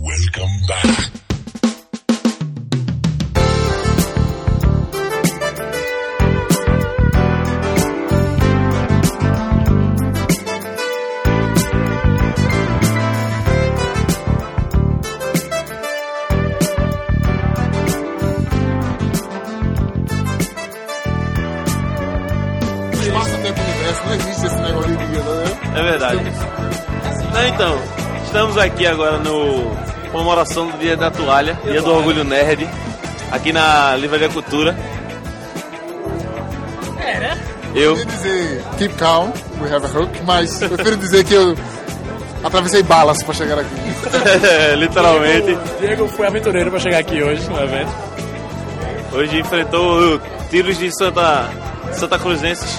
come back. Espaço tempo universo, não existe esse negócio de guia, né? É verdade. Não, então, estamos aqui agora no comemoração do Dia da Toalha, Dia do Orgulho Nerd, aqui na Livraria Cultura. Eu, Queria dizer, keep calm, we have a hook, mas prefiro dizer que eu atravessei balas pra chegar aqui. literalmente, Diego foi aventureiro pra chegar aqui hoje no evento. hoje enfrentou o tiros de Santa, Santa Cruzenses.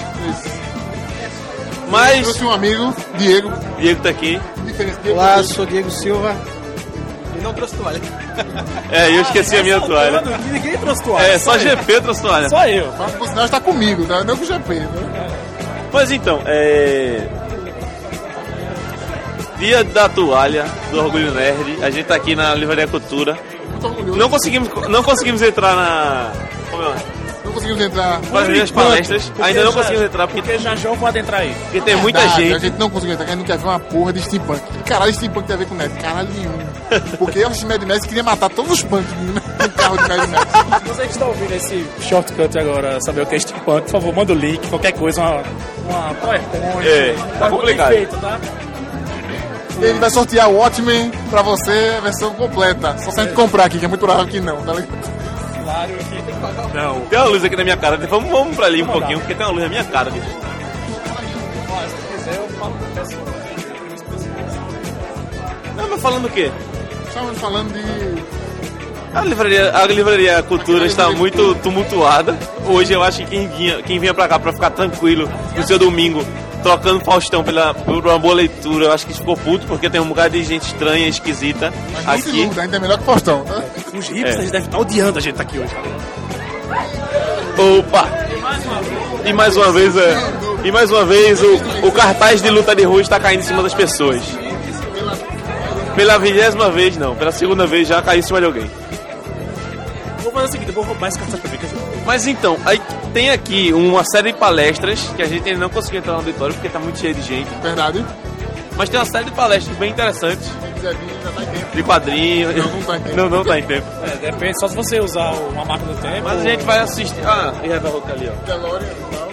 Mas, Trouxe um amigo, Diego, Diego tá aqui. diferente Diego. Olá, sou Diego Silva. E não trouxe toalha. É, eu esqueci a minha toalha. Faltando, Ninguém trouxe toalha. É, só GP trouxe toalha. Só eu. Mas por sinal está comigo, né? não com o GP, né? Pois então, é. Dia da toalha do Orgulho Nerd. A gente tá aqui na Livraria Cultura. Muito orgulhoso. Não conseguimos, não conseguimos entrar na. como é? Não conseguimos entrar. Nas minhas enquanto, palestras. porque Ainda não já- conseguimos entrar porque, Porque já já eu vou adentrar aí. porque tem muita Verdade, A gente. gente não conseguiu entrar, a gente não quer ver uma porra de steampunk. Que Caralho, steampunk tem a ver com nerd? Caralho nenhum. Porque os Mad Max queriam matar todos os punks né? no carro de Mad Max. Você que está ouvindo esse shortcut agora, saber o que é steampunk, por favor, manda o link, qualquer coisa, uma, uma PowerPoint. É, tá Tá complicado. Perfeito, tá? Ele vai sortear o Watchmen pra você, a versão completa. Só sente comprar aqui, que é muito provável que não, tá ligado? Claro que tem que pagar. Não. Tem uma luz aqui na minha cara. Vamos, vamos pra ali um pouquinho, porque tem uma luz na minha cara. bicho. Não, mas falando o quê? Estamos falando de. A livraria, a livraria Cultura está muito tumultuada. Hoje eu acho que quem vinha, quem vinha pra cá pra ficar tranquilo no seu domingo, trocando Faustão pela, por uma boa leitura, eu acho que ficou puto, porque tem um bocado de gente estranha, esquisita Mas não se aqui. iluda, ainda é melhor que postão, tá? Os hipsters devem estar odiando a gente aqui hoje. Opa! E mais uma vez, é, e mais uma vez o, o cartaz de luta de rua está caindo em cima das pessoas. Pela vigésima vez, não, pela segunda vez já caiu em cima de alguém. Vou fazer o seguinte, eu vou roubar esse cartaz pra mim, que eu- Mas então, aí tem aqui uma série de palestras que a gente ainda não conseguiu entrar no auditório porque tá muito cheio de gente. Verdade? Mas tem uma série de palestras bem interessantes, Quem quiser vir, já tá em tempo. de quadrinhos. Não, não tá em tempo. Não, não tá em tempo. É, depende, só se você usar o- uma máquina do tempo. Mas a gente vai assistir. Ah, e vai voltar ali, ó. DeLorean e tal.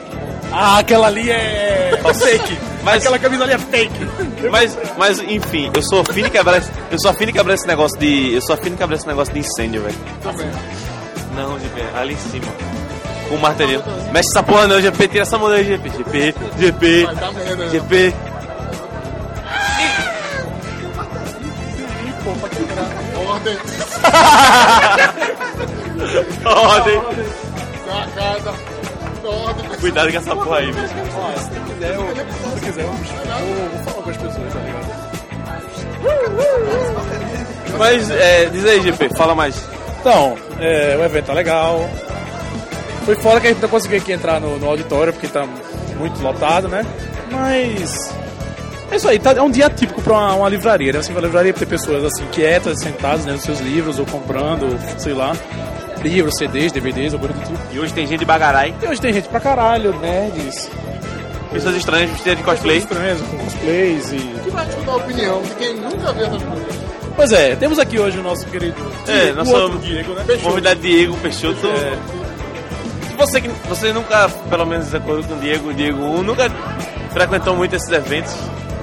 Ah, aquela ali é... Fake! Mas, Aquela camisa ali é fake. mas, mas, enfim, eu sou afim de quebrar esse. Eu sou afim de quebrar esse negócio de. Eu sou afim de quebrar esse negócio de incêndio, velho. Também. Não, GP, ali em cima. Com o martelinho. Mexe essa porra não, GP, tira essa mão daí, GP. GP, GP, Vai dar merda, né? GP. Ordem, Ordem! da casa, ordem. Cuidado com essa porra aí, bicho. Ó, se tu quiser, eu, se tu quiser, eu eu vou falar com as pessoas, tá ligado? Mas é, diz aí, GP, fala mais. Então, é, o evento tá legal. Foi fora que a gente não conseguiu aqui entrar no, no auditório, porque tá muito lotado, né? Mas. É isso aí, tá, é um dia típico pra uma, uma livraria, né? Você vai à livraria pra ter pessoas assim, quietas, sentadas lendo seus livros, ou comprando, sei lá, livros, CDs, DVDs, ou coisa do tipo. E hoje tem gente de bagarai, E hoje tem gente pra caralho, nerds, pessoas estranhas vestidas de cosplay. estranhos, com cosplays e. Tu vai escutar a opinião de quem nunca viu essas coisas. Pois é, temos aqui hoje o nosso querido. É, o nós outro somos- Diego, né? Convidado Diego Peixoto. É. Se Você, que- você nunca, pelo menos de acordo com o Diego, o Diego um, nunca frequentou muito esses eventos.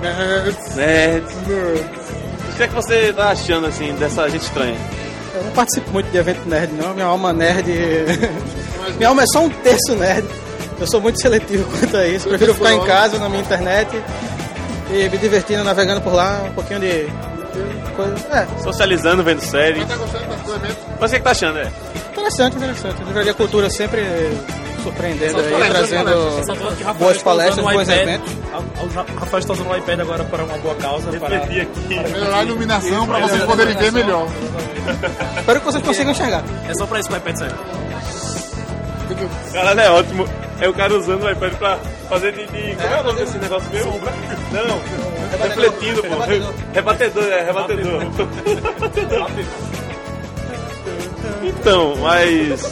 Nerds, Nerds. nerds. O que é que você tá achando assim dessa gente estranha? Eu não participo muito de evento nerd, não. Minha alma nerd. minha alma é só um terço nerd. Eu sou muito seletivo quanto a isso. Prefiro ficar em casa, na minha internet, e me divertindo, navegando por lá, um pouquinho de. coisa. É, Socializando, vendo séries. Tá gostando das coisas mesmo? Mas o que, é que tá achando, é? interessante, interessante. Livraria Cultura sempre surpreendendo aí, palestras, trazendo. palestras. Salvador, que Rafael Boas está usando palestras, o bons iPad. eventos. A- a- O Rafael está usando o iPad agora para uma boa causa. Para... Refletir aqui. Melhorar a iluminação pra vocês poderem ver melhor. Espero que vocês consigam enxergar. É só para isso que o iPad serve. Caralho, é ótimo. É o cara usando o iPad pra fazer de. de- Como é o nome desse negócio é É mesmo? Não, refletindo, pô. é Rebatedor, é, rebatedor. Então, mas.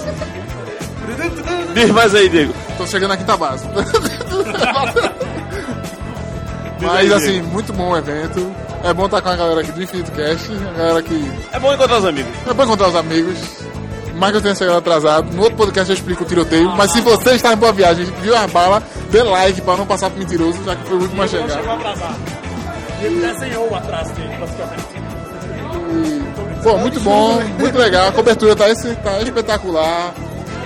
Diz mais aí, Diego. Tô chegando aqui da base. Mas assim, muito bom o evento. É bom estar com a galera aqui do Infinito Cast, a galera que É bom encontrar os amigos. É bom encontrar os amigos. Mas que eu tenha saído atrasado. No outro podcast eu explico o tiroteio. Mas se você está em boa viagem, viu as balas, dê like para não passar pro mentiroso, já que foi o último a chegar. Chegou atrasado. E ele desenhou o atraso dele, basicamente. E, Pô, muito bom, muito legal. A cobertura tá, esse- tá espetacular.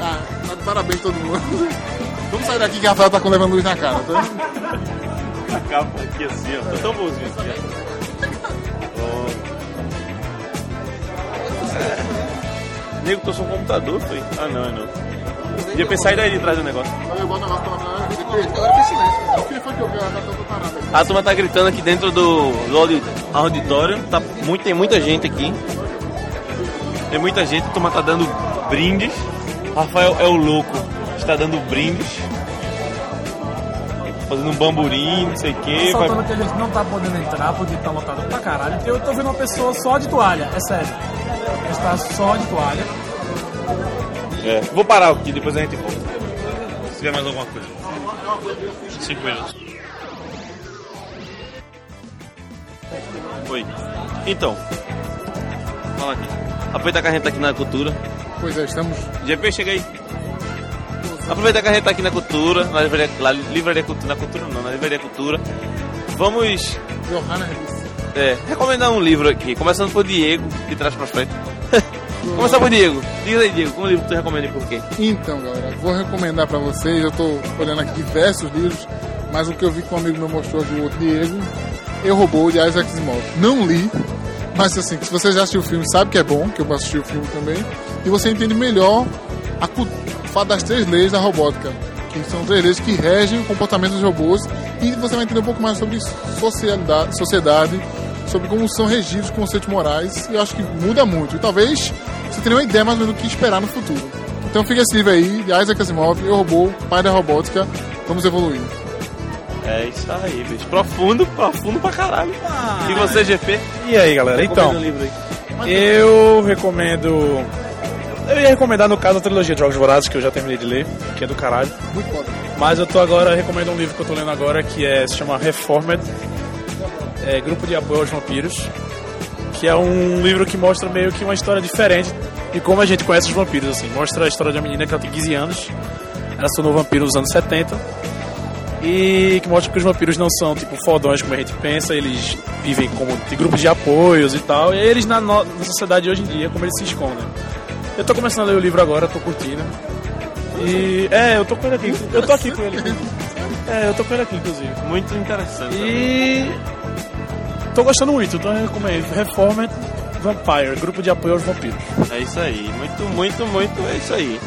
Ah, tá de parabéns todo mundo. Vamos sair daqui que a Rafael tá com levando luz na cara, tá? Capa aqui assim, ó. Tô tão bonzinho aqui, ó. Ó. Nego, tô só um computador, foi? Ah, não, é não. Ia pensar daí de trás do negócio. Valeu, bom negócio pra lá. Agora tem silêncio. né? O que foi que eu ganho? Já tô parado aqui. A turma tá gritando aqui dentro do, do audi- auditório. Tá muito, tem muita gente aqui. Tem muita gente. A turma tá dando brindes. Rafael é o louco. Está dando brindes. Fazendo um bamburim, não sei o quê. vai- Saltando que a gente não tá podendo entrar, porque tá lotado pra caralho. Eu tô vendo uma pessoa só de toalha, é sério. A gente tá só de toalha. É. Vou parar aqui, depois a gente volta. Se tiver mais alguma coisa. Cinco minutos. Oi. Então. Fala aqui. Aproveita que a gente tá aqui na cultura. Pois é, estamos. GP, chega aí. Aproveita que a gente tá aqui na cultura, na livraria, lá, livraria cultura, na cultura não, na livraria cultura. Vamos Johanna Reis. é, recomendar um livro aqui, começando por Diego, de trás pra frente. Começar por Diego. Diz aí, Diego, qual livro tu recomenda e por quê? Então, galera, vou recomendar pra vocês. Eu tô olhando aqui diversos livros, mas o que eu vi que um amigo meu mostrou aqui, o outro Diego, Eu Roubou, de Isaac Asimov. Não li, mas assim, se você já assistiu o filme, sabe que é bom, que eu assisti o filme também, e você entende melhor a cu- o fato das três leis da robótica, que são três leis que regem o comportamento dos robôs, e você vai entender um pouco mais sobre socialidade, sociedade sobre como são regidos os conceitos morais e eu acho que muda muito. E talvez você tenha uma ideia mais ou menos do que esperar no futuro. Então fica esse livro aí, de Isaac Asimov, Eu Robô, Pai da Robótica, vamos evoluir. É isso aí, bicho. Profundo, profundo pra caralho. E você, GP? E aí, galera? Então, Recomenda Ah, um livro aí. eu recomendo. Eu ia recomendar, no caso, a trilogia de Jogos Vorazes, que eu já terminei de ler, que é do caralho. Muito foda. Mas eu tô agora, recomendo um livro que eu tô lendo agora, que é, se chama Reformed, é, Grupo de Apoio aos Vampiros, que é um livro que mostra meio que uma história diferente de como a gente conhece os vampiros, assim. Mostra a história de uma menina que ela tem 15 anos, ela se tornou vampiro nos anos 70, e que mostra que os vampiros não são, tipo, fodões como a gente pensa, eles vivem como de grupos de apoios e tal, e eles na, no- na sociedade hoje em dia, como eles se escondem. Eu tô começando a ler o livro agora, tô curtindo. E é, eu tô com ele aqui. Eu tô aqui com ele. É, eu tô com ele aqui, inclusive. Muito interessante. né? E tô gostando muito, então eu recomendo Reformed Vampire, grupo de apoio aos vampiros. É isso aí, muito, muito, muito, é isso aí.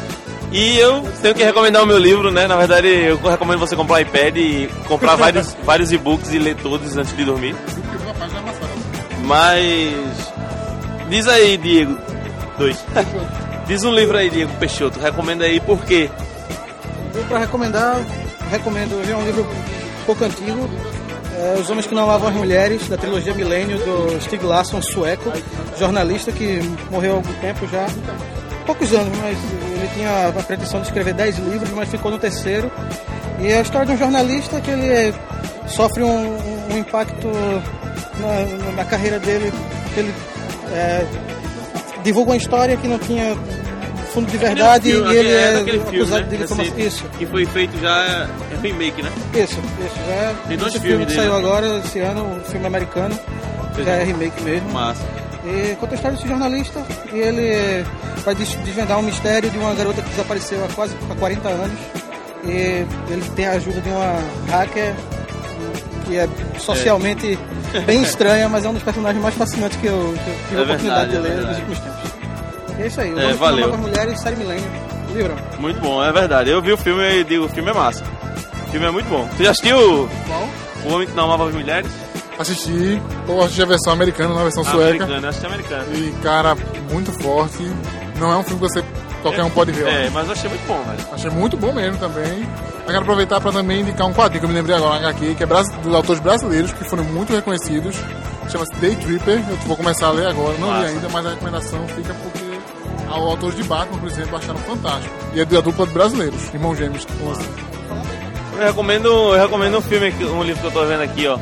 E eu tenho que recomendar o meu livro, né? Na verdade, eu recomendo você comprar um iPad e comprar vários, vários e-books e ler todos antes de dormir. Mas. Diz aí, Diego. Dois. Diz um livro aí, Diego Peixoto. Recomenda aí por quê? Eu, pra recomendar, recomendo já é um livro pouco antigo. é Os Homens que Não Lavam as Mulheres, da trilogia Milênio, do Stig Larsson, sueco, jornalista que morreu há algum tempo já, poucos anos, mas ele tinha a pretensão de escrever 10 livros, mas ficou no terceiro. E é a história de um jornalista que ele é, sofre um, um impacto na, na carreira dele, que ele é, divulga uma história que não tinha fundo de verdade Aquele e ele aquele- é daquele filme, acusado né, de difamação. recente, Isso. Que foi feito já é remake, né? Isso, isso já é. Tem dois esse filmes filme que dele, saiu né? um agora, esse ano, um filme americano. Já é remake mesmo. Massa. E conta a história desse jornalista e ele vai des- desvendar um mistério de uma garota que desapareceu há quase há 40 anos. E ele tem a ajuda de uma hacker que é socialmente bem estranha, mas é um dos personagens mais fascinantes que eu, que eu tive É a verdade, oportunidade de é ler nos verdade. últimos tempos. E é isso aí. O É, Homem que valeu. Namorava as mulheres, série milênio. Livrão. Muito bom, é verdade. Eu vi o filme e digo, o filme é massa. O filme é muito bom. Você já assistiu Qual? O Homem que Não Amava as Mulheres? Assisti, eu assisti a versão americana, não a versão sueca. Americano, acho que é americano. E, cara, muito forte. Não é um filme que você qualquer um pode ver. ó. É, mas eu achei muito bom, velho. Achei muito bom mesmo também. Eu quero aproveitar para também indicar um quadrinho que eu me lembrei agora, um HQ, que é brasi- dos autores brasileiros, que foram muito reconhecidos, chama-se Day Tripper. Eu vou começar a ler agora, não li ainda, mas a recomendação fica porque ao autor de Batman, por exemplo, acharam fantástico. E é da dupla de brasileiros, irmãos gêmeos. Eu recomendo, eu recomendo um filme, que- um livro que eu tô vendo aqui, ó.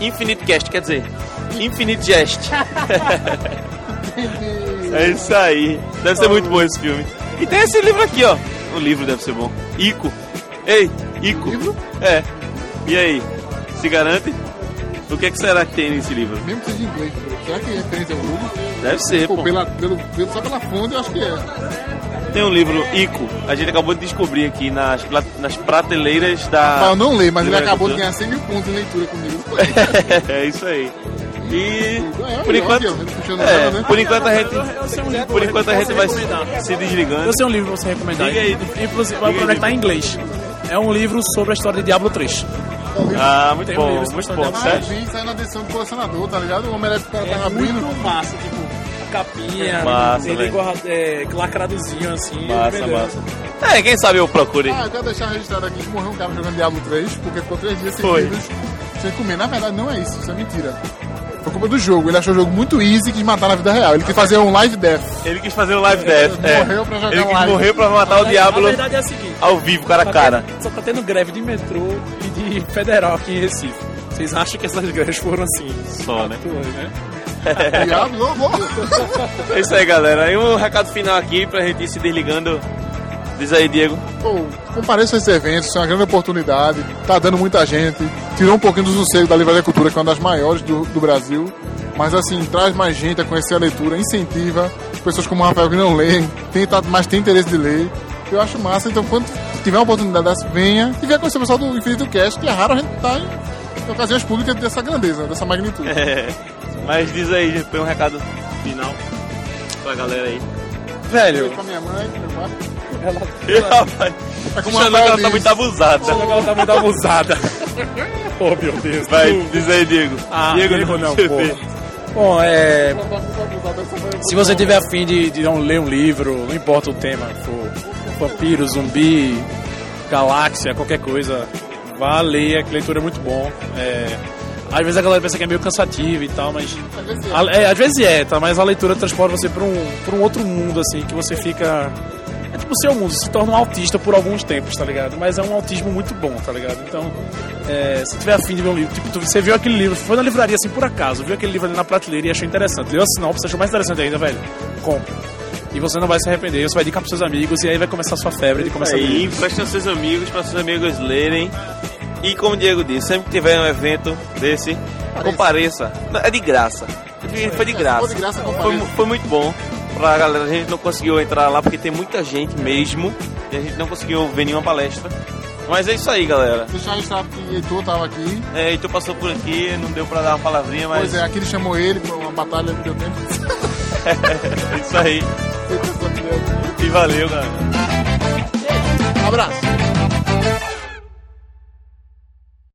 Infinite Cast, quer dizer, Infinite Jest. é isso aí. Deve ser muito bom esse filme. E tem esse livro aqui, ó. O livro deve ser bom. Ico. Ei, Ico. Livro? É. E aí? Se garante? O que, é que será que tem nesse livro? Mesmo que seja em inglês, pô. será que é referência ao Google? Deve ser, Pô, pô. pela, pelo, pelo, só pela fonte eu acho que Ah. é. Tem um livro, Ico. A gente acabou de descobrir aqui nas, pla- nas prateleiras da. Mas Tá, eu Ah, não leio, mas ele Livraria acabou de Cultura. ganhar 100 mil pontos em leitura comigo. é isso aí. É, E por é, enquanto, óbvio, puxando é, nada, né? por enquanto a gente, Eu- eu sei um livro por enquanto a que gente você vai recomendar. se desligando. Eu sei um livro pra você recomendar. Diga aí. Inclusive, Diga vai aí, conectar em inglês. É um livro sobre a história de Diablo 3. Ah, muito Tem um bom, livro, muito você bom, pode Ah, eu certo? vi, saiu na edição do colecionador, tá ligado? O omelete que o É cara tava abrindo. Muito massa, tipo, a capinha, É Massa, ele velho. guarda- é, lacradozinho assim. Massa, beleza. massa. É, quem sabe eu procure. Ah, eu quero deixar registrado aqui que morreu um cara jogando Diablo 3, porque ficou três dias Foi. seguidos sem comer. Na verdade, não é isso, isso é mentira. Foi culpa do jogo, ele achou o jogo muito easy e quis matar na vida real. Ele quis fazer um live death. Ele quis fazer um live death. é. morreu pra jogar Ele quis live. morrer pra matar o Diablo A verdade é a seguinte. ao vivo, cara a tá cara. tendo- Só tá tendo greve de metrô e de federal aqui em Recife. Vocês acham que essas greves foram assim? Só, né? Duas, né? Diablo, não, bom. É isso aí, galera. E um recado final aqui pra gente ir se desligando. Diz aí, Diego. Pô, compareça a esses eventos, isso é uma grande oportunidade. Tá dando muita gente. Tirou um pouquinho do sossego da Livraria Cultura, que é uma das maiores do, do Brasil. Mas assim, traz mais gente a conhecer a leitura, incentiva pessoas como o Rafael que não leem, tem, tá- mas tem interesse de ler. Eu acho massa, então quando tiver uma oportunidade dessa, venha e venha conhecer o pessoal do Infinito Cast, que é raro a gente estar em ocasiões públicas dessa grandeza, dessa magnitude. É. Mas diz aí, põe um recado final pra galera aí. Eu com a minha mãe, meu pai. Ih, rapaz. É como o Xanã, Rafael ela tá diz. muito abusada. Ela tá muito abusada. oh, meu Deus. Vai, diz aí, Diego. Ah, Diego não, sei pô. ver. Bom, é. Se você tiver afim de, de não ler um livro, não importa o tema, for vampiro, zumbi, galáxia, qualquer coisa, vá ler, a leitura é muito bom. É, às vezes a galera pensa que é meio cansativo e tal, mas. a- é, às vezes é, tá? Mas a leitura transporta você pra um, pra um outro mundo, assim, que você fica. É tipo o seu mundo, você se torna um autista por alguns tempos, tá ligado? Mas é um autismo muito bom, tá ligado? Então, é, se tiver afim de ver um livro, tipo, tu- você viu aquele livro, foi na livraria assim por acaso, viu aquele livro ali na prateleira e achou interessante, leu a sinopse, achou mais interessante ainda, velho, compra. E você não vai se arrepender, você vai indicar pros seus amigos e aí vai começar a sua febre de começar a ler. Aí, prestem seus amigos, para seus amigos lerem. E como o Diego disse, sempre que tiver um evento desse, compareça. Não, É de graça. Foi de graça. Foi de graça, Foi, compareça. mu- foi muito bom pra galera. A gente não conseguiu entrar lá porque tem muita gente mesmo. E a gente não conseguiu ver nenhuma palestra. Mas é isso aí, galera. Deixar registrado que Heitor tava aqui. É, então passou por aqui, não deu pra dar uma palavrinha, mas Pois é, aquele chamou ele pra uma batalha que eu tenho. é isso aí. Foi pra essa mulher. E valeu, galera. Abraço.